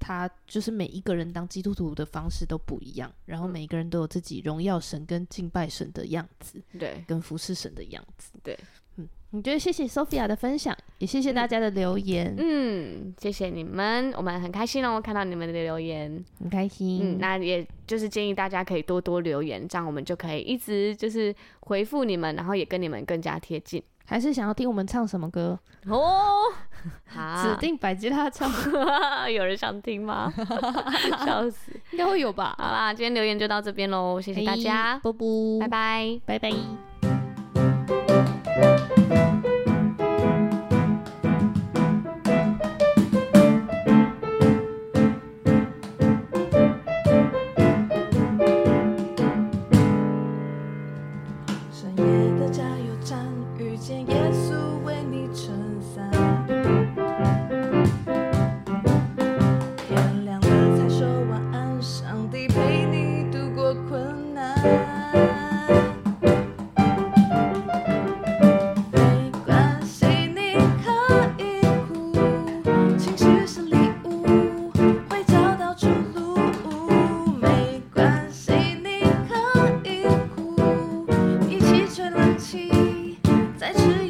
他就是每一个人当基督徒的方式都不一样，然后嗯每一个人都有自己荣耀神跟敬拜神的样子，嗯，对，跟服侍神的样子。对，嗯，你觉得谢谢 Sophia 的分享，也谢谢大家的留言，嗯，谢谢你们，我们很开心哦，看到你们的留言。很开心。嗯，那也就是建议大家可以多多留言，这样我们就可以一直就是回复你们，然后也跟你们更加贴近还是想要听我们唱什么歌？哦。 <laughs> 好指定百吉他唱， <laughs> <laughs> 有人想听吗？ <laughs> 笑死！应该会有吧？好啦，今天留言就到这边喽，谢谢大哎家，波波，拜，拜。拜拜。深夜的加油站，遇见耶稣为你撑伞。天亮了才说晚安，上帝陪你度过困难。没关系，你可以哭，情绪是礼物，会找到出路。没关系，你可以哭，一起吹冷气，再吃